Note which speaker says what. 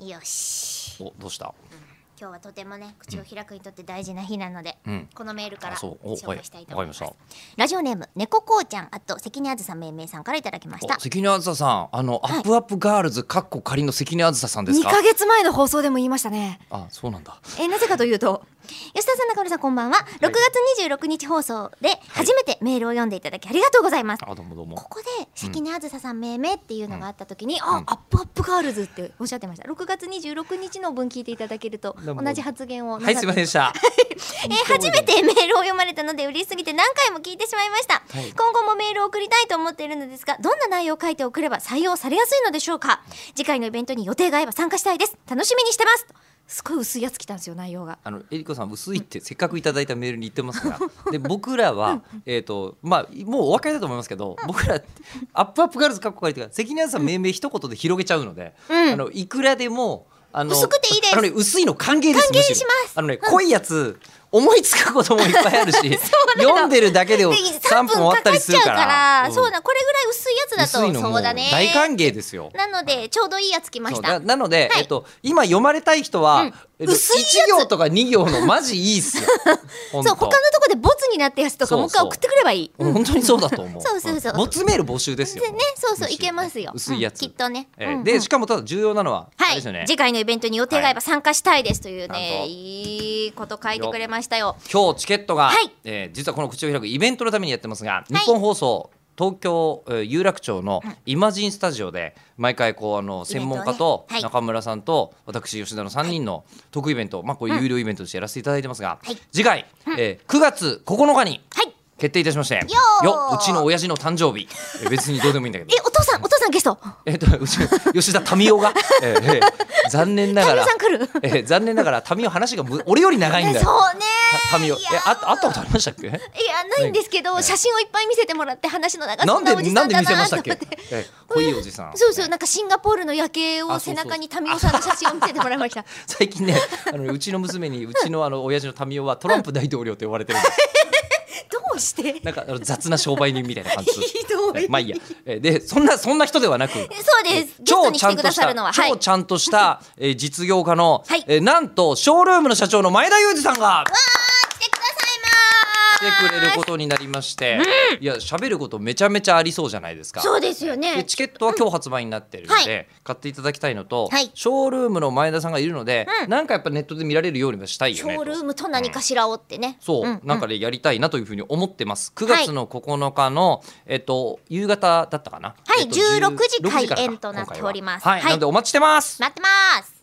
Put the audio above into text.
Speaker 1: よし
Speaker 2: おどうした
Speaker 1: 今日はとてもね口を開くにとって大事な日なので、
Speaker 2: うん
Speaker 1: このメールから
Speaker 2: あそうお
Speaker 1: 紹介したいと思います、
Speaker 2: はいわか
Speaker 1: ラジオネーム猫こうちゃんあと関根あずさめいめいさんからいただきまし
Speaker 2: お
Speaker 1: た
Speaker 2: 関根あずささんあの、
Speaker 1: はい
Speaker 2: アップアップガールズかっこ仮の関根あずささんです
Speaker 3: 2
Speaker 2: か
Speaker 3: ヶ月前の放送でも言いましたね
Speaker 2: あそうなんだ
Speaker 3: えなぜかというと
Speaker 1: 吉田さん中村さんこんばんは6月26日放送で初めてメールを読んでいただきありがとうございます、
Speaker 2: あどうもどうも
Speaker 1: ここで関根あずささんめいめいっていうのがあった時に、
Speaker 2: ん
Speaker 1: あアップアップガールズっておっしゃってました6月26日の分聞いていただけると
Speaker 2: どうも
Speaker 1: 同じ発言をなさっ
Speaker 2: は
Speaker 1: て
Speaker 2: いすいませんでした
Speaker 1: えー初めてメールを読まれたので嬉しすぎて何回も聞いてしまいました、
Speaker 2: はい
Speaker 1: 今後もメールを送りたいと思っているのですがどんな内容を書いて送れば採用されやすいのでしょうか次回のイベントに予定が合えば参加したいです楽しみにしてます
Speaker 3: すごい薄いやつ来たんですよ内容が
Speaker 2: あのえりこさん薄いってせっかくいただいたメールに言ってますがで僕らはえっ、とまあもうお分かりだと思いますけど、僕らアップアップガールズかっこかりとか関根あずさん命名一言で広げちゃうので、
Speaker 1: ん
Speaker 2: あのいくらでもあの
Speaker 1: 薄くていいです
Speaker 2: あの、ね、薄いの歓迎です
Speaker 1: 歓迎
Speaker 2: むろ
Speaker 1: します
Speaker 2: あのね濃いやつ、思いつくこともいっぱい あるし読んでるだけ
Speaker 1: で
Speaker 2: で3分終わ
Speaker 1: か
Speaker 2: った
Speaker 1: か
Speaker 2: り
Speaker 1: っ
Speaker 2: す
Speaker 1: ち
Speaker 2: る
Speaker 1: ゃう
Speaker 2: か
Speaker 1: からら、
Speaker 2: ん
Speaker 1: そうだこれぐらい薄いやつだ
Speaker 2: 薄
Speaker 1: と
Speaker 2: いの
Speaker 1: そ
Speaker 2: も
Speaker 1: う
Speaker 2: う
Speaker 1: だね
Speaker 2: 大歓迎ですよ。
Speaker 1: なのでちょうどいいやつ来ま
Speaker 2: そう
Speaker 1: した
Speaker 2: ななので、
Speaker 1: はい
Speaker 2: えっと、今読まれたい人は、えっと、
Speaker 1: 薄いやつ
Speaker 2: 1行とか2行のマジいいっすよ本当
Speaker 1: そう他のとこでボツになったやつとか
Speaker 2: そう
Speaker 1: もう一回
Speaker 2: そう
Speaker 1: 送ってくればいい
Speaker 2: 本当にそうだと思う
Speaker 1: そうそうそう
Speaker 2: もつメール募集ですよ
Speaker 1: でねそうそう
Speaker 2: むしろ
Speaker 1: いけますよ
Speaker 2: 薄いやつ、
Speaker 1: うんきっとね
Speaker 2: え
Speaker 1: うんうん
Speaker 2: ーでしかもただ重要なのは、あ
Speaker 1: は
Speaker 2: れ
Speaker 1: い、
Speaker 2: ですよね
Speaker 1: 次回のイベントに予定があれば参加したいですというね、
Speaker 2: はいなんと
Speaker 1: い、いこと書いてくれましたよ。
Speaker 2: 今日チケットが、
Speaker 1: はい
Speaker 2: えー実はこの口を開くイベントのためにやってますが、日本放送東京、えー有楽町のイマジンスタジオで毎回こうあの
Speaker 1: イベン
Speaker 2: 専
Speaker 1: トをね
Speaker 2: 門家と
Speaker 1: はい
Speaker 2: 中村さんと私吉田の3人の特イベント、まあこういう有料イベントとしてやらせていただいてますが、
Speaker 1: はい
Speaker 2: 次回、えー9月9日に
Speaker 1: はい、
Speaker 2: 決定いたしましてよ
Speaker 1: ー
Speaker 2: うちの親父の誕生日えー別にどうでもいいんだけど
Speaker 1: え、お父さん、お父さんゲスト、カ
Speaker 2: えっと、うちの吉田民生が、えーえー残念な
Speaker 1: ミ
Speaker 2: が
Speaker 1: オ
Speaker 2: ら
Speaker 1: さん、来る。
Speaker 2: えー残念ながら民生話がむ俺より長いんだよ。
Speaker 1: そうね
Speaker 2: た民生、
Speaker 1: い
Speaker 2: え
Speaker 1: や
Speaker 2: あ会ったことありましたっけ？
Speaker 1: いやないんですけど、
Speaker 2: ね
Speaker 1: 写真をいっぱい見せてもらって話の長さ
Speaker 2: なん
Speaker 1: なお
Speaker 2: で
Speaker 1: じ
Speaker 2: な
Speaker 1: さ
Speaker 2: ん
Speaker 1: ん
Speaker 2: で
Speaker 1: だ
Speaker 2: 見せま
Speaker 1: な
Speaker 2: し
Speaker 1: と
Speaker 2: たっ
Speaker 1: 思っ
Speaker 2: け
Speaker 1: て。？
Speaker 2: えー濃いおじさん。
Speaker 1: そうそう
Speaker 2: ね
Speaker 1: なんかシンガポールの夜景を
Speaker 2: あ
Speaker 1: 背
Speaker 2: そうそう
Speaker 1: 中に民生さんの写真を見せてもらいました
Speaker 2: 最近ね、あのうちの娘にうちのあの親父の民生はトランプ大統領と呼ばれてるんです。
Speaker 1: どうして
Speaker 2: なんかあの雑な商売人みたいな感じ。
Speaker 1: ひどい
Speaker 2: えーまあいいや。えーでそんなそんな人ではなく。
Speaker 1: そうですゲスト
Speaker 2: 超
Speaker 1: に
Speaker 2: ち
Speaker 1: 来
Speaker 2: ゃ
Speaker 1: て
Speaker 2: ん
Speaker 1: く
Speaker 2: と
Speaker 1: だ
Speaker 2: し
Speaker 1: さ
Speaker 2: た、
Speaker 1: るのははい
Speaker 2: 超ちゃんとした、 えー実業家の、
Speaker 1: はい
Speaker 2: えーなんとショールームの社長の前田裕二さんが
Speaker 1: 来てくだ
Speaker 2: 来て
Speaker 1: さいまー
Speaker 2: くれることになりまして、いや喋ることめちゃめちゃありそうじゃないですか。
Speaker 1: そうですよ
Speaker 2: で
Speaker 1: ね
Speaker 2: チケットは今日発売になってるので、
Speaker 1: は
Speaker 2: 買っていただきたいのと、
Speaker 1: はい
Speaker 2: ショールームの前田さんがいるので、
Speaker 1: うん
Speaker 2: なんかやっぱネットで見られるようにもしたい
Speaker 1: シ
Speaker 2: よね
Speaker 1: ョ
Speaker 2: と
Speaker 1: ールームと何かしらをってね、
Speaker 2: そう、
Speaker 1: ん
Speaker 2: なんかでやりたいなというふうに思ってます9月の9日の、えっと夕方だったかな
Speaker 1: はい
Speaker 2: えっと
Speaker 1: 16時
Speaker 2: 16時からか
Speaker 1: 開演となっております
Speaker 2: 今回ははい、
Speaker 1: はい
Speaker 2: なのでお待ちしてます
Speaker 1: 待ってます